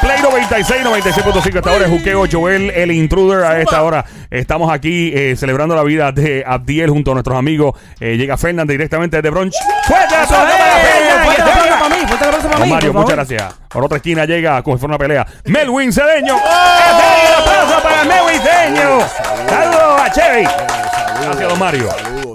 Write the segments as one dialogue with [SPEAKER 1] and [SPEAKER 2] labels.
[SPEAKER 1] Play 96, 96.5. Esta hora es Juqueo Joel, el intruder. A esta hora estamos aquí eh, celebrando la vida de Abdiel junto a nuestros amigos. Eh, llega Fernández directamente desde Bronx. ¡Fuerte la
[SPEAKER 2] ¡Eh,
[SPEAKER 1] plaza para Fernan,
[SPEAKER 2] fuerte
[SPEAKER 1] que
[SPEAKER 2] la plaza
[SPEAKER 1] llega!
[SPEAKER 2] para mí, fuerte la plaza para
[SPEAKER 1] Don
[SPEAKER 2] mí,
[SPEAKER 1] Mario,
[SPEAKER 2] por
[SPEAKER 1] muchas
[SPEAKER 2] favor.
[SPEAKER 1] gracias. Por otra esquina llega como si fuera una pelea. Melwin Cedeño. ¡Esta es la plaza para Melwin Cedeño! ¡Saludos a Chevy! Gracias, don Mario.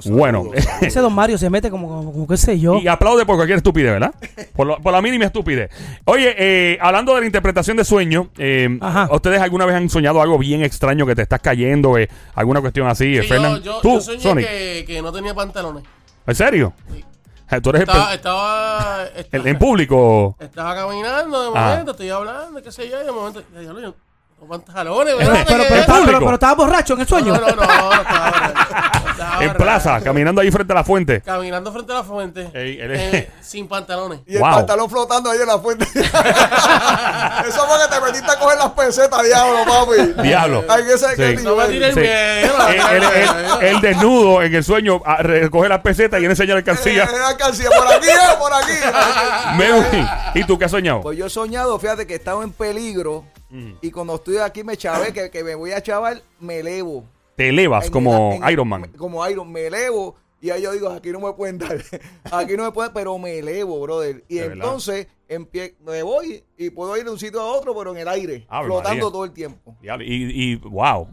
[SPEAKER 1] Bueno.
[SPEAKER 2] Ese don Mario se mete como, como, como qué sé yo.
[SPEAKER 1] Y aplaude por cualquier estupidez, ¿verdad? Por, lo- por la mínima estupidez. Oye, eh, hablando de la interpretación de sueños, eh,
[SPEAKER 2] Ajá.
[SPEAKER 1] ¿ustedes alguna vez han soñado algo bien extraño que te estás cayendo? eh, ¿Alguna cuestión así? eh,
[SPEAKER 3] Sí,
[SPEAKER 1] Fernan?
[SPEAKER 3] yo, yo,
[SPEAKER 1] ¿Tú,
[SPEAKER 3] yo soñé
[SPEAKER 1] Sonic? Eh,
[SPEAKER 3] Que, que no tenía pantalones.
[SPEAKER 1] ¿En serio?
[SPEAKER 3] Sí.
[SPEAKER 1] Eh, ¿Tú eres el
[SPEAKER 3] Estaba,
[SPEAKER 1] pe-
[SPEAKER 3] estaba,
[SPEAKER 1] el- en público?
[SPEAKER 3] estaba caminando de
[SPEAKER 1] Ajá.
[SPEAKER 3] momento, estoy hablando, qué sé yo, y de momento, ya, diablo, yo no
[SPEAKER 1] Eh,
[SPEAKER 3] pantalones,
[SPEAKER 2] pero, pero,
[SPEAKER 3] ¿verdad? ¿Qué
[SPEAKER 2] pero estaba-
[SPEAKER 3] es eso?
[SPEAKER 2] pero-
[SPEAKER 1] público.
[SPEAKER 2] pero estaba borracho en el sueño.
[SPEAKER 3] No, no, no, no, estaba borracho, estaba
[SPEAKER 1] En
[SPEAKER 3] borracho.
[SPEAKER 1] plaza, caminando ahí frente a la fuente.
[SPEAKER 3] Caminando frente a la fuente,
[SPEAKER 1] Ey, él es-
[SPEAKER 3] eh, sin pantalones.
[SPEAKER 4] Y el
[SPEAKER 1] Wow.
[SPEAKER 4] pantalón flotando ahí en la fuente. Eso fue que te metiste a coger las pesetas, diablo, papi.
[SPEAKER 1] Diablo.
[SPEAKER 4] Ay, que ese- que
[SPEAKER 1] Sí.
[SPEAKER 3] No me tires el
[SPEAKER 1] Sí. Eh,
[SPEAKER 3] miedo.
[SPEAKER 1] El, el- el- el desnudo en el sueño ah, recoge las pesetas y viene a enseñar
[SPEAKER 4] Eh,
[SPEAKER 1] alcancía.
[SPEAKER 4] eh, alcancía, por aquí, eh, por aquí.
[SPEAKER 1] Melvin, ¿y tú qué has soñado?
[SPEAKER 5] Pues yo he soñado, fíjate que he estado en peligro y cuando estoy aquí me chavé, que, que me voy a chaval, me elevo.
[SPEAKER 1] Te elevas
[SPEAKER 5] En-
[SPEAKER 1] como
[SPEAKER 5] en-
[SPEAKER 1] Iron Man.
[SPEAKER 5] Como Iron, me elevo y ahí yo digo, aquí no me pueden dar, aquí no me pueden, pero me elevo, brother. Y
[SPEAKER 1] De verdad.
[SPEAKER 5] entonces empie- me voy y puedo ir de un sitio a otro, pero en el aire,
[SPEAKER 1] Ave
[SPEAKER 5] flotando
[SPEAKER 1] María.
[SPEAKER 5] todo el tiempo.
[SPEAKER 1] Diablo, y, y wow.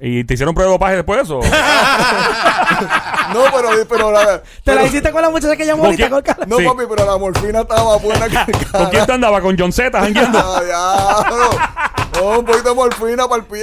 [SPEAKER 1] ¿Y te hicieron prueba de dopaje después de eso?
[SPEAKER 4] No, pero, pero la,
[SPEAKER 2] Te la hiciste con la muchacha que llamó
[SPEAKER 1] ¿Con
[SPEAKER 2] ahorita
[SPEAKER 1] quién?
[SPEAKER 2] con Carla.
[SPEAKER 4] no,
[SPEAKER 1] Sí.
[SPEAKER 4] papi, pero la morfina estaba buena que el
[SPEAKER 1] ¿Con quién te andaba? ¿Con John Z jangueando?
[SPEAKER 4] Ah, diablo. No, un poquito de morfina para el pie.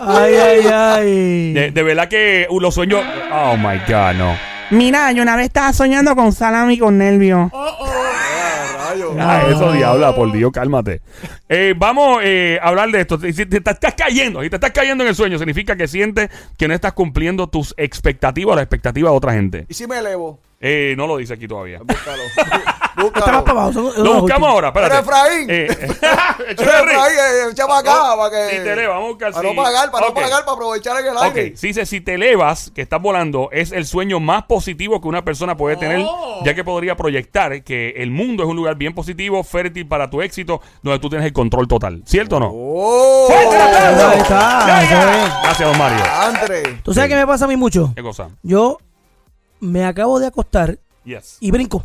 [SPEAKER 2] Ay, ay, ay.
[SPEAKER 1] De, de verdad que uh, los sueños. Oh my God, no.
[SPEAKER 6] Mira, yo una vez estaba soñando con salami con nervio.
[SPEAKER 3] Oh, oh.
[SPEAKER 4] Ah, rayo.
[SPEAKER 1] Ah, eso diabla, por Dios, cálmate. Eh, vamos eh, a hablar de esto. Si te, te estás cayendo, si te estás cayendo en el sueño, significa que sientes que no estás cumpliendo tus expectativas o las expectativas de otra gente.
[SPEAKER 5] Y si me elevo,
[SPEAKER 1] Eh, no lo dice aquí
[SPEAKER 4] Pues
[SPEAKER 1] todavía.
[SPEAKER 5] búscalo.
[SPEAKER 2] Está más
[SPEAKER 5] búscalo.
[SPEAKER 2] para Este abajo. son- son
[SPEAKER 1] Lo buscamos
[SPEAKER 2] las últimas.
[SPEAKER 1] ahora, espérate.
[SPEAKER 4] Pero Efraín.
[SPEAKER 1] Eh,
[SPEAKER 4] Pero
[SPEAKER 1] Efraín.
[SPEAKER 4] ahí, eh, chama acá,
[SPEAKER 1] Oh,
[SPEAKER 4] para que.
[SPEAKER 1] si te elevas, vamos a buscar
[SPEAKER 4] Para
[SPEAKER 1] si-
[SPEAKER 4] no pagar, para
[SPEAKER 1] Ok.
[SPEAKER 4] no pagar, para aprovechar en el aire.
[SPEAKER 1] Ok, sí, sí, si te elevas, que estás volando, es el sueño más positivo que una persona puede tener,
[SPEAKER 3] Oh.
[SPEAKER 1] ya que podría proyectar que el mundo es un lugar bien positivo, fértil para tu éxito, donde tú tienes el control total. ¿Cierto o no?
[SPEAKER 4] ¡Oh!
[SPEAKER 1] ¡Fuerte el aplauso!
[SPEAKER 2] Ahí está,
[SPEAKER 1] ¡Venga!
[SPEAKER 2] ahí está.
[SPEAKER 1] Gracias, don Mario.
[SPEAKER 4] Andre.
[SPEAKER 2] ¿Tú sabes
[SPEAKER 1] Sí.
[SPEAKER 2] qué me pasa a mí mucho?
[SPEAKER 1] ¿Qué cosa?
[SPEAKER 2] Yo me acabo de acostar
[SPEAKER 1] Yes.
[SPEAKER 2] y brinco.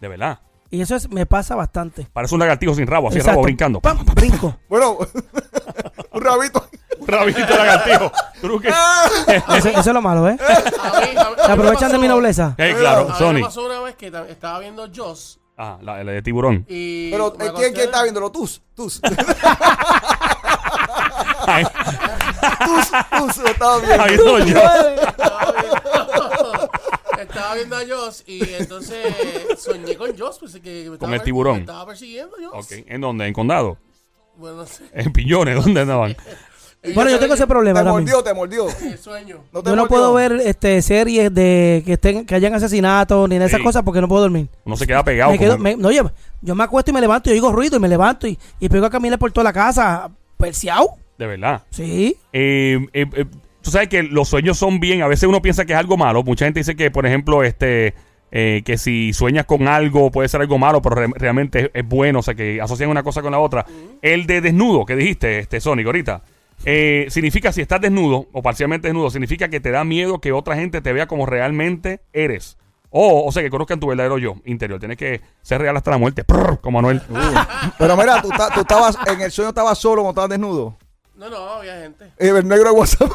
[SPEAKER 1] De verdad.
[SPEAKER 2] Y eso es, me pasa bastante.
[SPEAKER 1] Parece un lagartijo sin rabo, así
[SPEAKER 2] Exacto.
[SPEAKER 1] rabo brincando.
[SPEAKER 2] Pam, pam, brinco.
[SPEAKER 4] Bueno, un rabito.
[SPEAKER 1] Rabito de lagartijo. Truque.
[SPEAKER 3] Ah.
[SPEAKER 2] Eso, eso es lo malo, ¿eh?
[SPEAKER 3] A mí- a mí-
[SPEAKER 2] Se aprovechan
[SPEAKER 3] a
[SPEAKER 2] de
[SPEAKER 3] mí
[SPEAKER 2] mi
[SPEAKER 3] me pasó-
[SPEAKER 2] nobleza.
[SPEAKER 1] Eh,
[SPEAKER 3] A mí
[SPEAKER 1] claro,
[SPEAKER 3] me
[SPEAKER 1] Sony.
[SPEAKER 3] Ah, pasó una vez que ta- estaba viendo Joss
[SPEAKER 1] Ah, la, la de tiburón.
[SPEAKER 3] y...
[SPEAKER 4] Pero,
[SPEAKER 3] me
[SPEAKER 4] eh,
[SPEAKER 3] acosté-
[SPEAKER 4] ¿quién, ¿quién está viéndolo? Tus, tus.
[SPEAKER 1] Ay,
[SPEAKER 4] Tus, tus, lo estaba viendo.
[SPEAKER 1] ahí estoy yo.
[SPEAKER 3] Estaba viendo- Estaba viendo a Joss y entonces soñé con Joss. Pues, que me estaba
[SPEAKER 1] el
[SPEAKER 3] per-
[SPEAKER 1] tiburón.
[SPEAKER 3] me estaba persiguiendo Joss.
[SPEAKER 1] Ok, ¿en dónde? ¿En Condado?
[SPEAKER 3] Bueno, no sé.
[SPEAKER 1] ¿En Piñones? ¿Dónde andaban?
[SPEAKER 2] Bueno, yo tengo ese
[SPEAKER 4] Te
[SPEAKER 2] problema también.
[SPEAKER 4] mordió, te mordió.
[SPEAKER 3] El sueño.
[SPEAKER 4] No te
[SPEAKER 2] Yo no
[SPEAKER 4] mordió.
[SPEAKER 2] puedo ver este, series de que estén que hayan asesinatos ni de esas
[SPEAKER 1] Sí.
[SPEAKER 2] cosas porque no puedo dormir.
[SPEAKER 1] Uno se queda pegado.
[SPEAKER 2] Me quedo,
[SPEAKER 1] como-
[SPEAKER 2] me- no, oye, yo me acuesto y me levanto y oigo ruido y me levanto y, y pego a caminar por toda la casa. ¿Perseado?
[SPEAKER 1] De verdad.
[SPEAKER 2] Sí.
[SPEAKER 1] Eh, eh, eh, tú sabes que los sueños son bien. A veces uno piensa que es algo malo. Mucha gente dice que, por ejemplo, este. eh, que si sueñas con algo puede ser algo malo, pero re- realmente es, es bueno, o sea que asocian una cosa con la otra. El de desnudo que dijiste, este Sonic, ahorita, eh, significa si estás desnudo o parcialmente desnudo, significa que te da miedo que otra gente te vea como realmente eres. O, o sea, que conozcan tu verdadero yo interior. Tienes que ser real hasta la muerte, Prr, como Manuel.
[SPEAKER 5] Pero mira, tú, ta- tú estabas, en el sueño estabas solo cuando estabas desnudo.
[SPEAKER 3] No, no, había gente.
[SPEAKER 4] Eh, El negro de WhatsApp.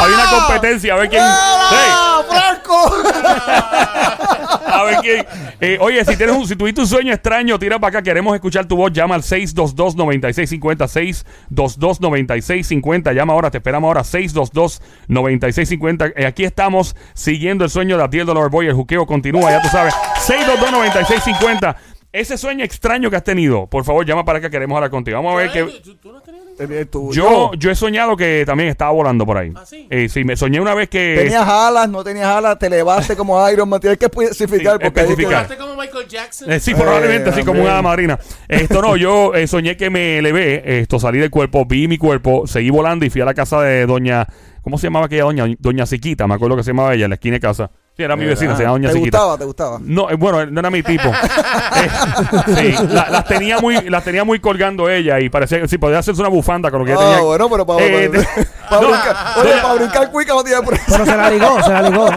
[SPEAKER 1] Hay una competencia, a ver quién... Sí.
[SPEAKER 4] ¡Ah, Franco!
[SPEAKER 1] A ver quién. Eh, oye, si tienes un, si tuviste un sueño extraño, tira para acá. Queremos escuchar tu voz. Llama al 622-9650. 622-9650. Llama ahora, te esperamos ahora. 622-9650. Eh, aquí estamos siguiendo el sueño de Abdiel Dollar Boy. El juqueo continúa, ya tú sabes. 622-9650. Ese sueño extraño que has tenido, por favor, llama para acá. Queremos hablar contigo. Vamos a ver
[SPEAKER 3] Ay,
[SPEAKER 1] que.
[SPEAKER 3] ¿Tú, tú no has tenido ningún-
[SPEAKER 4] Eh, tú,
[SPEAKER 1] Yo, yo he soñado que también estaba volando por ahí.
[SPEAKER 3] ¿Ah, sí?
[SPEAKER 1] Eh, sí, me soñé una vez que.
[SPEAKER 5] Tenías alas, no tenías alas, te levaste como Iron Man, tienes que especificar
[SPEAKER 1] Sí,
[SPEAKER 5] porque ahí
[SPEAKER 1] especificar.
[SPEAKER 3] Hablaste como Michael Jackson.
[SPEAKER 1] Eh, sí, probablemente, así como
[SPEAKER 4] amén.
[SPEAKER 1] una
[SPEAKER 5] Eh,
[SPEAKER 1] hada madrina. Esto no, yo eh, soñé que me elevé, esto, salí del cuerpo, vi mi cuerpo, seguí volando y fui a la casa de doña, ¿cómo se llamaba aquella doña? Doña Siquita, me acuerdo que se llamaba ella, en la esquina de casa. Sí, era
[SPEAKER 5] Eh,
[SPEAKER 1] mi vecina, se llama Doña
[SPEAKER 5] Ah, ¿Te
[SPEAKER 1] Chiquita.
[SPEAKER 5] gustaba? ¿Te gustaba?
[SPEAKER 1] No, eh, bueno, no era mi tipo. Eh, sí, la- las tenía muy, las tenía muy colgando ella y parecía que sí, podía hacerse una bufanda con lo que ella
[SPEAKER 5] Ah,
[SPEAKER 1] tenía.
[SPEAKER 5] bueno, pero para,
[SPEAKER 1] Eh,
[SPEAKER 5] para-
[SPEAKER 1] te-
[SPEAKER 5] para
[SPEAKER 1] no,
[SPEAKER 5] brincar, oye,
[SPEAKER 1] doña-
[SPEAKER 5] para brincar cuica no tiene precio.
[SPEAKER 2] Pero se la ligó, se la ligó.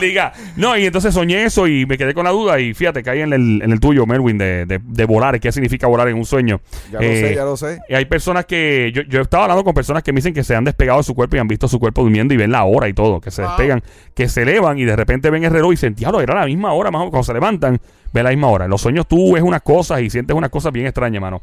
[SPEAKER 1] Liga. No, y entonces soñé eso y me quedé con la duda y fíjate, caí en el, en el tuyo, Merwin, de, de, de volar. ¿Qué significa volar en un sueño?
[SPEAKER 5] Ya lo
[SPEAKER 1] Eh,
[SPEAKER 5] sé, ya lo sé.
[SPEAKER 1] Y hay personas que. Yo, yo he estado hablando con personas que me dicen que se han despegado de su cuerpo y han visto su cuerpo durmiendo y ven la hora y todo, que se
[SPEAKER 3] Wow.
[SPEAKER 1] despegan, que se elevan y de repente ven el reloj y dicen, diablo, era la misma hora, más o menos. Cuando se levantan, ve la misma hora. En los sueños tú ves unas cosas y sientes unas cosas bien extrañas, mano.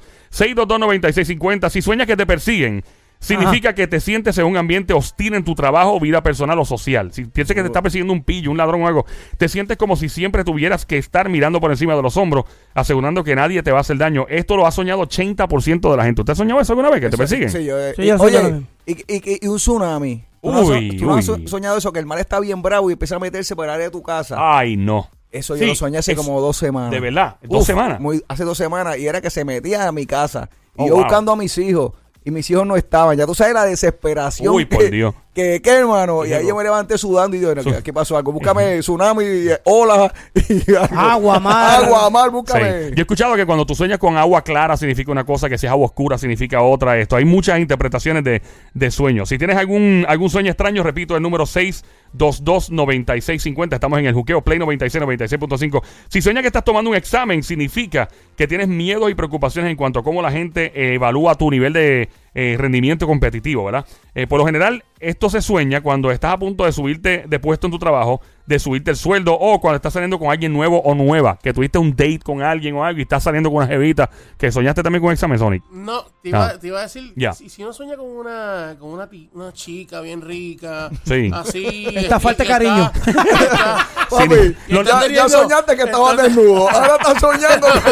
[SPEAKER 1] 6229650. Si sueñas que te persiguen. Significa que te sientes en un ambiente hostil en tu trabajo, vida personal o social. Si piensas que te está persiguiendo un pillo, un ladrón o algo, te sientes como si siempre tuvieras que estar mirando por encima de los hombros, asegurando que nadie te va a hacer daño. Esto lo ha soñado 80% de la gente. ¿Usted ha soñado eso alguna vez que te persiguen?
[SPEAKER 5] Sí, yo, eh,
[SPEAKER 2] Sí,
[SPEAKER 5] y-
[SPEAKER 2] yo lo sé
[SPEAKER 5] oye,
[SPEAKER 2] también.
[SPEAKER 5] y, y- y- y un tsunami. ¿Tú no has-
[SPEAKER 1] Uy,
[SPEAKER 5] ¿Tú no has so-
[SPEAKER 1] uy.
[SPEAKER 5] soñado eso? Que el mar está bien bravo y empieza a meterse por el área de tu casa.
[SPEAKER 1] Ay, no.
[SPEAKER 5] Eso yo
[SPEAKER 1] Sí,
[SPEAKER 5] lo soñé hace
[SPEAKER 1] es-
[SPEAKER 5] como dos semanas.
[SPEAKER 1] ¿De verdad? ¿Dos semanas?
[SPEAKER 5] muy- hace dos semanas. Y era que se metía a mi casa. Y
[SPEAKER 1] Oh,
[SPEAKER 5] yo
[SPEAKER 1] wow.
[SPEAKER 5] buscando a mis hijos. Y mis hijos no estaban. Ya tú sabes la desesperación.
[SPEAKER 1] Uy, por
[SPEAKER 5] que,
[SPEAKER 1] Dios.
[SPEAKER 5] Que, que, hermano. Y ahí
[SPEAKER 1] Diablo.
[SPEAKER 5] yo me levanté sudando y yo,
[SPEAKER 1] Su-
[SPEAKER 5] ¿qué, qué pasó? Algo, búscame tsunami, y, eh, ola. y algo.
[SPEAKER 2] Agua, mar.
[SPEAKER 5] Agua, mar,
[SPEAKER 1] Sí.
[SPEAKER 5] búscame.
[SPEAKER 1] Yo he escuchado que cuando tú sueñas con agua clara significa una cosa, que si es agua oscura significa otra. Esto hay muchas interpretaciones de, de sueños. Si tienes algún, algún sueño extraño, repito, el número 6229650. Estamos en el juqueo Play 96, 96.5. Si sueñas que estás tomando un examen, significa que tienes miedos y preocupaciones en cuanto a cómo la gente eh, evalúa tu nivel de eh, rendimiento competitivo, ¿verdad? Eh, por lo general, esto se sueña cuando estás a punto de subirte de puesto en tu trabajo, de subirte el sueldo o cuando estás saliendo con alguien nuevo o nueva, que tuviste un date con alguien o algo y estás saliendo con una jevita, que soñaste también con examen, Sonic.
[SPEAKER 3] No, te iba,
[SPEAKER 1] Ah.
[SPEAKER 3] te iba a decir,
[SPEAKER 1] Ya.
[SPEAKER 3] si, si uno sueña con una, con una, ti- una chica bien rica,
[SPEAKER 1] Sí.
[SPEAKER 3] así.
[SPEAKER 2] Esta
[SPEAKER 3] y-
[SPEAKER 2] falta
[SPEAKER 3] y
[SPEAKER 2] de cariño.
[SPEAKER 3] está- y está-
[SPEAKER 5] Papi,
[SPEAKER 1] Sí,
[SPEAKER 5] ya,
[SPEAKER 1] lo-
[SPEAKER 5] ya
[SPEAKER 3] teniendo-
[SPEAKER 5] soñaste que estabas
[SPEAKER 3] Entonces-
[SPEAKER 5] desnudo. Ahora estás soñando.
[SPEAKER 3] Estoy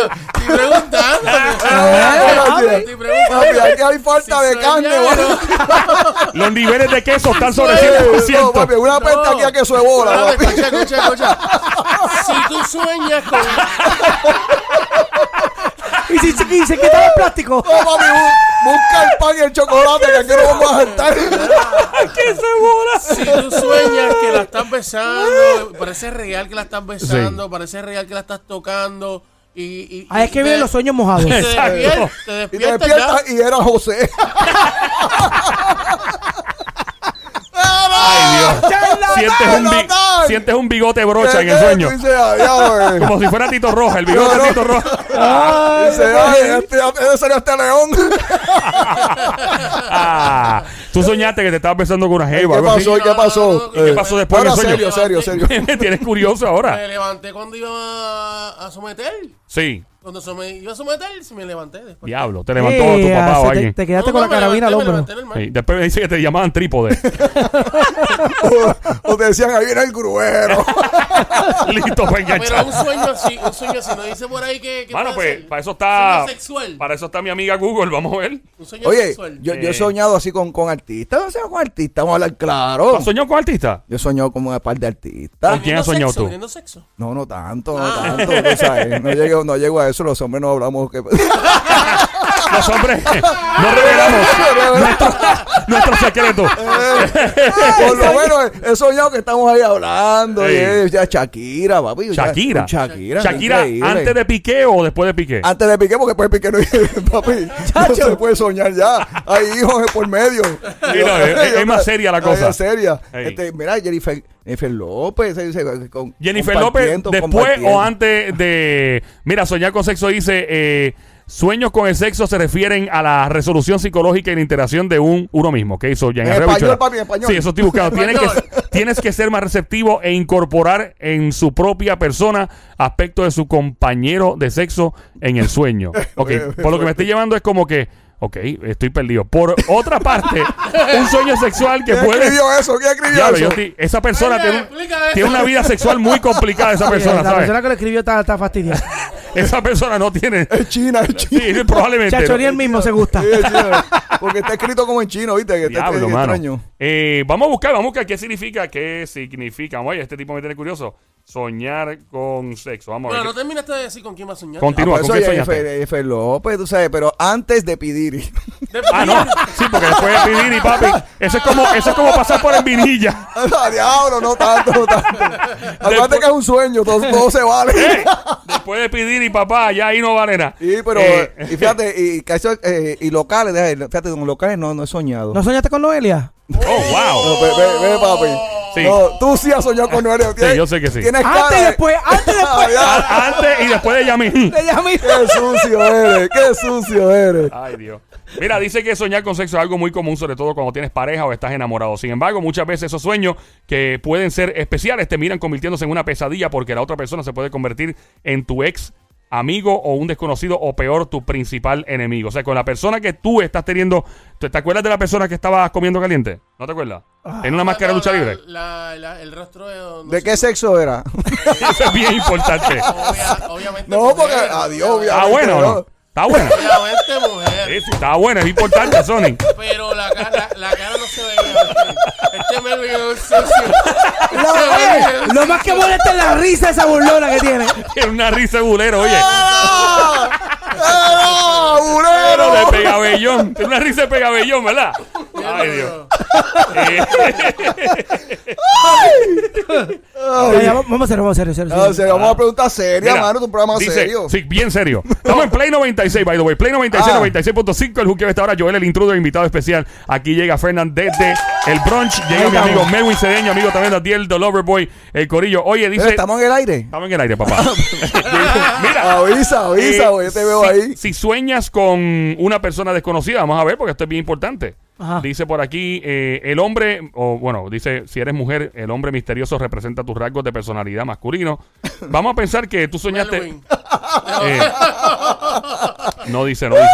[SPEAKER 3] preguntando.
[SPEAKER 5] Ah,
[SPEAKER 3] Estoy
[SPEAKER 5] papi.
[SPEAKER 3] preguntando.
[SPEAKER 5] Papi, aquí hay falta
[SPEAKER 3] Si
[SPEAKER 5] de carne,
[SPEAKER 3] sueña,
[SPEAKER 5] bueno.
[SPEAKER 1] Los niveles de queso están sobre
[SPEAKER 5] Eh,
[SPEAKER 1] 100%.
[SPEAKER 5] No, papi, una
[SPEAKER 3] No.
[SPEAKER 5] pesta aquí a queso de bola.
[SPEAKER 3] Espérate,
[SPEAKER 5] papi.
[SPEAKER 3] escucha, escucha, escucha. Si tú sueñas con.
[SPEAKER 2] Y si, si- si se quita el plástico.
[SPEAKER 5] No, papi, bu- busca el pan y el chocolate que aquí no vamos a jantar.
[SPEAKER 3] Si tú sueñas que la estás besando, parece real que la estás besando, parece real que la estás tocando. Y, y,
[SPEAKER 2] Ah, es que
[SPEAKER 3] y
[SPEAKER 2] vienen
[SPEAKER 3] te-
[SPEAKER 2] los sueños mojados.
[SPEAKER 3] Te
[SPEAKER 1] Exacto.
[SPEAKER 3] despiertas, te
[SPEAKER 5] Y te
[SPEAKER 3] despiertas ya.
[SPEAKER 5] despiertas y era José.
[SPEAKER 3] ¡Ah,
[SPEAKER 1] Ay, Dios. Sientes un, bi-
[SPEAKER 5] charlatán.
[SPEAKER 1] sientes un bigote brocha en el sueño.
[SPEAKER 5] Dice, ay, ay,
[SPEAKER 1] Como si fuera Tito Roja, el bigote
[SPEAKER 5] Este, No,
[SPEAKER 1] de
[SPEAKER 5] no.
[SPEAKER 1] Tito Roja.
[SPEAKER 5] ay. Dice, ay, este, este sería este león.
[SPEAKER 1] Ah, tú soñaste que te estabas besando con una
[SPEAKER 5] ¿Qué
[SPEAKER 1] jeva. algo así.
[SPEAKER 5] pasó? ¿Qué pasó?
[SPEAKER 1] ¿Qué pasó después del
[SPEAKER 5] Ahora
[SPEAKER 1] sueño?
[SPEAKER 5] serio, serio, serio.
[SPEAKER 1] Me tienes curioso
[SPEAKER 3] Me
[SPEAKER 1] ahora.
[SPEAKER 3] levanté cuando iba a, a someter.
[SPEAKER 1] Sí,
[SPEAKER 3] Cuando se me iba a someter, se me levanté después.
[SPEAKER 1] diablo. Te levantó tu papá o
[SPEAKER 2] se te-
[SPEAKER 1] alguien.
[SPEAKER 2] Te, quedaste
[SPEAKER 3] No,
[SPEAKER 2] con
[SPEAKER 3] no,
[SPEAKER 2] la carabina al
[SPEAKER 3] me
[SPEAKER 2] hombro.
[SPEAKER 3] levanté, me
[SPEAKER 1] Sí,
[SPEAKER 3] levanté
[SPEAKER 1] después me dice que te llamaban trípode.
[SPEAKER 5] O, o te decían, ahí viene el gruero.
[SPEAKER 1] Listo pues, para
[SPEAKER 3] normal. Pero
[SPEAKER 1] enganchar.
[SPEAKER 3] un sueño así, un sueño así. No dice por ahí que. que
[SPEAKER 1] Bueno,
[SPEAKER 3] puede
[SPEAKER 1] pues
[SPEAKER 3] ser.
[SPEAKER 1] para eso está.
[SPEAKER 3] Sueño sexual.
[SPEAKER 1] Para eso está mi amiga Google. Vamos a ver.
[SPEAKER 3] Un sueño
[SPEAKER 5] Oye,
[SPEAKER 3] sexual.
[SPEAKER 5] yo, yo he
[SPEAKER 1] Eh.
[SPEAKER 5] soñado así con, con artistas. No sé, con artistas, vamos a hablar claro.
[SPEAKER 1] ¿Has soñado con artista?
[SPEAKER 5] Yo he soñado con un par de artistas.
[SPEAKER 1] ¿Con quién has soñado
[SPEAKER 3] sexo,
[SPEAKER 1] tú?
[SPEAKER 3] teniendo sexo.
[SPEAKER 5] No, no tanto, no
[SPEAKER 3] Ah.
[SPEAKER 5] tanto. tú sabes, no, llego, no llego a eso, los hombres no hablamos. Que...
[SPEAKER 1] Los hombres. No revelamos nuestro secreto.
[SPEAKER 5] Eh, Por lo menos he soñado que estamos ahí hablando.
[SPEAKER 1] Sí.
[SPEAKER 5] y, eh, ya Shakira, papi. ya,
[SPEAKER 1] Shakira.
[SPEAKER 5] con Shakira.
[SPEAKER 1] Shakira,
[SPEAKER 5] increíble.
[SPEAKER 1] antes de Piqué o después de Piqué.
[SPEAKER 5] Antes de Piqué, porque después de Piqué no, papi, no se puede soñar ya. Hay hijos de por medio.
[SPEAKER 1] Mira, es- es más seria la
[SPEAKER 5] Ay,
[SPEAKER 1] cosa.
[SPEAKER 5] Es seria.
[SPEAKER 1] Ey.
[SPEAKER 5] Este, mira, Jennifer, Jennifer López. eh, se- con-
[SPEAKER 1] Jennifer López,
[SPEAKER 5] compartiendo,
[SPEAKER 1] después
[SPEAKER 5] compartiendo.
[SPEAKER 1] o antes de. Mira, soñar con sexo dice. eh, Sueños con el sexo se refieren a la resolución psicológica y la interacción de un, uno mismo. ¿ok? So, Jean
[SPEAKER 5] En
[SPEAKER 1] Herrera
[SPEAKER 5] español,
[SPEAKER 1] Bichuela.
[SPEAKER 5] papi, en español.
[SPEAKER 1] Sí, eso estoy buscando. Tienes que,
[SPEAKER 3] Español.
[SPEAKER 1] tienes que ser más receptivo e incorporar en su propia persona aspectos de su compañero de sexo en el sueño. Ok, por lo que me estoy llevando es como que. Ok, estoy perdido. Por otra parte, un sueño sexual que
[SPEAKER 5] ¿Quién
[SPEAKER 1] puede.
[SPEAKER 5] escribió eso? ¿Quién escribió
[SPEAKER 1] Diablo,
[SPEAKER 5] eso?
[SPEAKER 1] yo estoy- esa persona
[SPEAKER 3] Oye,
[SPEAKER 1] tiene, un-
[SPEAKER 3] explica eso.
[SPEAKER 1] tiene una vida sexual muy complicada. Esa
[SPEAKER 2] Sí,
[SPEAKER 1] persona,
[SPEAKER 2] la
[SPEAKER 1] ¿sabes?
[SPEAKER 2] persona que lo escribió está, está fastidiada.
[SPEAKER 1] Esa persona no tiene.
[SPEAKER 5] Es China, es China.
[SPEAKER 1] Sí, probablemente.
[SPEAKER 2] Chacho, ni él mismo se gusta.
[SPEAKER 5] Sí, sí, porque está escrito como en chino, ¿viste? Que está
[SPEAKER 1] Diablo,
[SPEAKER 5] está
[SPEAKER 1] mano.
[SPEAKER 5] extraño.
[SPEAKER 1] Eh, vamos a buscar, vamos a buscar qué significa, qué significa. Oye, este tipo me tiene curioso. Soñar con sexo. Vamos a
[SPEAKER 3] Bueno,
[SPEAKER 1] ver.
[SPEAKER 3] no
[SPEAKER 1] qué-
[SPEAKER 3] terminaste de decir con quién vas a soñar.
[SPEAKER 1] Con- Continúa,
[SPEAKER 5] Ah, por
[SPEAKER 1] ¿con
[SPEAKER 5] eso
[SPEAKER 1] quién
[SPEAKER 5] Jennifer-
[SPEAKER 1] soñaste?
[SPEAKER 5] Jennifer López, tú sabes, pero antes de Pidiri.
[SPEAKER 3] De-
[SPEAKER 1] Ah, no. Sí, porque después de pedir y papi. Eso es como, eso es como pasar por el vinilla.
[SPEAKER 5] Ah, Diablo, no tanto, no tanto. Acuérdate
[SPEAKER 1] Después- Eh,
[SPEAKER 5] que es un sueño, todo, todo se vale.
[SPEAKER 1] Después de pedir y papá, ya ahí no vale nada.
[SPEAKER 5] Y pero,
[SPEAKER 1] Eh,
[SPEAKER 5] y fíjate, y, que eso, eh, y locales, deja de- fíjate, con locales no, no he soñado.
[SPEAKER 2] ¿No soñaste con Noelia?
[SPEAKER 1] oh, wow.
[SPEAKER 5] No, ve, ve- ve, papi.
[SPEAKER 1] Sí.
[SPEAKER 5] No, tú sí has soñado con Noelia. tienes-
[SPEAKER 1] yo sé que sí.
[SPEAKER 5] Tienes cara
[SPEAKER 2] Antes y
[SPEAKER 5] de- Ah,
[SPEAKER 2] después, antes y después.
[SPEAKER 1] A- Antes y después de Yamil.
[SPEAKER 2] Le llamé.
[SPEAKER 1] Este,
[SPEAKER 5] Qué sucio eres, qué sucio eres.
[SPEAKER 1] Ay, Dios. Mira, dice que soñar con sexo es algo muy común, sobre todo cuando tienes pareja o estás enamorado. Sin embargo, muchas veces esos sueños que pueden ser especiales terminan convirtiéndose en una pesadilla porque la otra persona se puede convertir en tu ex amigo o un desconocido o peor, tu principal enemigo. O sea, con la persona que tú estás teniendo... ¿Te te acuerdas de la persona que estabas comiendo caliente? ¿No te acuerdas? en una máscara de lucha
[SPEAKER 3] la-
[SPEAKER 1] libre.
[SPEAKER 3] la- la- el rostro de. no
[SPEAKER 5] ¿De
[SPEAKER 3] sé,
[SPEAKER 5] qué sexo era?
[SPEAKER 1] Eso es bien importante.
[SPEAKER 3] obvia- obviamente.
[SPEAKER 5] No,
[SPEAKER 3] mujer,
[SPEAKER 5] porque- adiós, obvia-
[SPEAKER 1] ¿Está Ah, bueno o no? Está buena.
[SPEAKER 3] Obviamente mujer.
[SPEAKER 1] Sí, sí, Está buena, es importante, Sony.
[SPEAKER 3] Pero la cara, la cara no se veía. Este meme vio un sucio. Este
[SPEAKER 2] Lo,
[SPEAKER 5] eh,
[SPEAKER 2] oye, lo más que molesta es la risa esa burlona que tiene.
[SPEAKER 1] Tiene una risa de bulero, oye.
[SPEAKER 5] ¡Ah,
[SPEAKER 1] Pero de
[SPEAKER 5] bulero!
[SPEAKER 1] pegabellón. Tiene una risa de pegabellón, ¿verdad? Ay, Dios.
[SPEAKER 2] Ya, ya, vamos a ser, vamos a ser, serio,
[SPEAKER 5] No,
[SPEAKER 2] serio.
[SPEAKER 5] o sea, vamos a preguntar seria,
[SPEAKER 1] Mira,
[SPEAKER 5] mano, tu programa
[SPEAKER 1] dice-
[SPEAKER 5] serio.
[SPEAKER 1] Sí, bien serio. Estamos en Play 96, by the way. Play 96,
[SPEAKER 5] Ah.
[SPEAKER 1] 96.5. El juqueo está ahora. Joel, el intruder, invitado especial. Aquí llega Fernan desde el brunch. Llega mi amigo Melwin Cedeño, amigo también de Adiel, The Loverboy, el Corillo. Oye,
[SPEAKER 5] Eh,
[SPEAKER 1] dice.
[SPEAKER 5] Estamos en el aire.
[SPEAKER 1] Estamos en el aire, papá. Mira.
[SPEAKER 5] Avisa, avisa,
[SPEAKER 1] Eh,
[SPEAKER 5] güey, yo te veo
[SPEAKER 1] si,
[SPEAKER 5] ahí.
[SPEAKER 1] Si sueñas con una persona desconocida, vamos a ver, porque esto es bien importante.
[SPEAKER 2] Ajá.
[SPEAKER 1] Dice por aquí, eh, el hombre, o bueno, dice, si eres mujer, el hombre misterioso representa tus rasgos de personalidad masculino. Vamos a pensar que tú soñaste...
[SPEAKER 3] Halloween.
[SPEAKER 1] eh, no dice, no dice.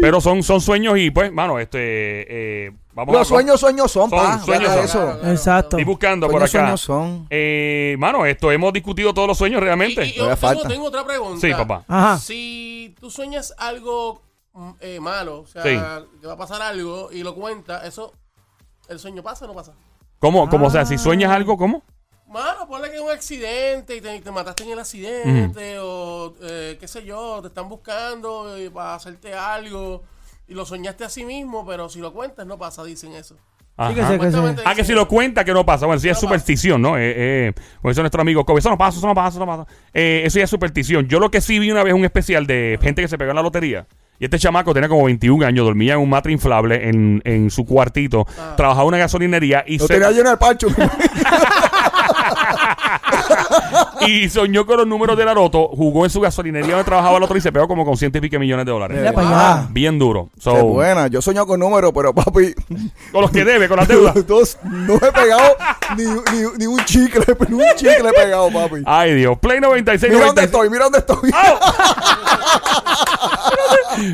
[SPEAKER 1] Pero son, son sueños y pues, mano, este... eh, vamos
[SPEAKER 5] Los
[SPEAKER 1] a...
[SPEAKER 5] sueños, sueños son,
[SPEAKER 1] Son,
[SPEAKER 5] pa.
[SPEAKER 1] sueños
[SPEAKER 5] guarda
[SPEAKER 1] son.
[SPEAKER 5] eso.
[SPEAKER 3] Claro, claro.
[SPEAKER 2] Exacto.
[SPEAKER 1] Estoy buscando por
[SPEAKER 5] Sueños,
[SPEAKER 1] acá.
[SPEAKER 5] sueños son.
[SPEAKER 1] Eh, mano, esto, hemos discutido todos los sueños realmente.
[SPEAKER 3] Y- y yo
[SPEAKER 5] Todavía
[SPEAKER 3] tengo,
[SPEAKER 5] falta.
[SPEAKER 3] tengo otra pregunta.
[SPEAKER 1] Sí, papá.
[SPEAKER 2] Ajá.
[SPEAKER 3] Si tú sueñas algo mm, eh, malo, o sea,
[SPEAKER 1] Sí.
[SPEAKER 3] que va a pasar algo y lo cuentas, eso, ¿el sueño pasa o no pasa?
[SPEAKER 1] ¿Cómo? ¿Cómo? O sea, si sueñas algo, ¿cómo?
[SPEAKER 3] Mano, ponle que es un accidente y te, te mataste en el accidente o eh, qué sé yo, te están buscando eh, para hacerte algo y lo soñaste a sí mismo, pero si lo cuentas no pasa, dicen eso.
[SPEAKER 2] Sí, que
[SPEAKER 1] Ajá.
[SPEAKER 2] sé, que sé.
[SPEAKER 3] Supuestamente
[SPEAKER 1] Ah, que
[SPEAKER 3] dicen-
[SPEAKER 1] si lo cuenta que no pasa. Bueno, eso ya es
[SPEAKER 3] No pasa.
[SPEAKER 1] superstición, ¿no? Eh, eh, pues eso es nuestro amigo Kobe. Eso no pasa, eso no pasa, eso no pasa. Eh, eso ya es superstición. Yo lo que sí vi una vez un especial de gente que se pegó en la lotería. Y este chamaco tenía como 21 años, dormía en un matre inflable en, en su cuartito,
[SPEAKER 3] Ah.
[SPEAKER 1] trabajaba en una gasolinería y,
[SPEAKER 5] Lo
[SPEAKER 1] se-
[SPEAKER 5] tenía lleno de pancho.
[SPEAKER 1] y soñó con los números de la loto, jugó en su gasolinería donde trabajaba la loto y se pegó como con ciento y pico millones de dólares.
[SPEAKER 2] Mira para allá.
[SPEAKER 1] Bien duro. So,
[SPEAKER 5] Qué buena. Yo soñé con números, pero papi,
[SPEAKER 1] Con los que debe, con las deudas.
[SPEAKER 5] dos- no he pegado ni, ni- ni un chicle, ni un chicle he pegado, papi.
[SPEAKER 1] Ay, Ah, Dios. Play 96.
[SPEAKER 5] Mira
[SPEAKER 1] 96.
[SPEAKER 5] dónde estoy, mira dónde estoy.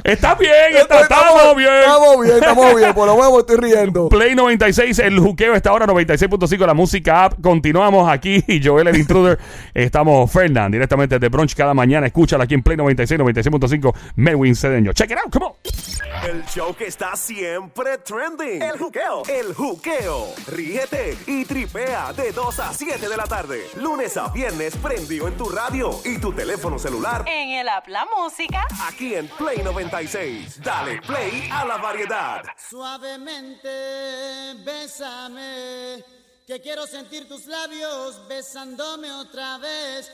[SPEAKER 1] Está bien, está, estamos bien.
[SPEAKER 5] Estamos bien, estamos bien. Por lo menos me estoy riendo.
[SPEAKER 1] Play 96, el juqueo está ahora 96.5, la música app. Continuamos aquí, Joel el Intruder. Estamos Fernand, directamente de Brunch cada mañana. Escúchala aquí en Play 96, 96.5, Melwin Cedeño. Check it out, come on.
[SPEAKER 7] El show que está siempre trending. El juqueo. El juqueo. Ríete y tripea de 2 a 7 de la tarde. Lunes a viernes prendido en tu radio y tu teléfono celular.
[SPEAKER 8] En el app la música.
[SPEAKER 7] Aquí en Play 96. Dale play a la variedad.
[SPEAKER 9] Suavemente, bésame, que quiero sentir tus labios besándome otra vez.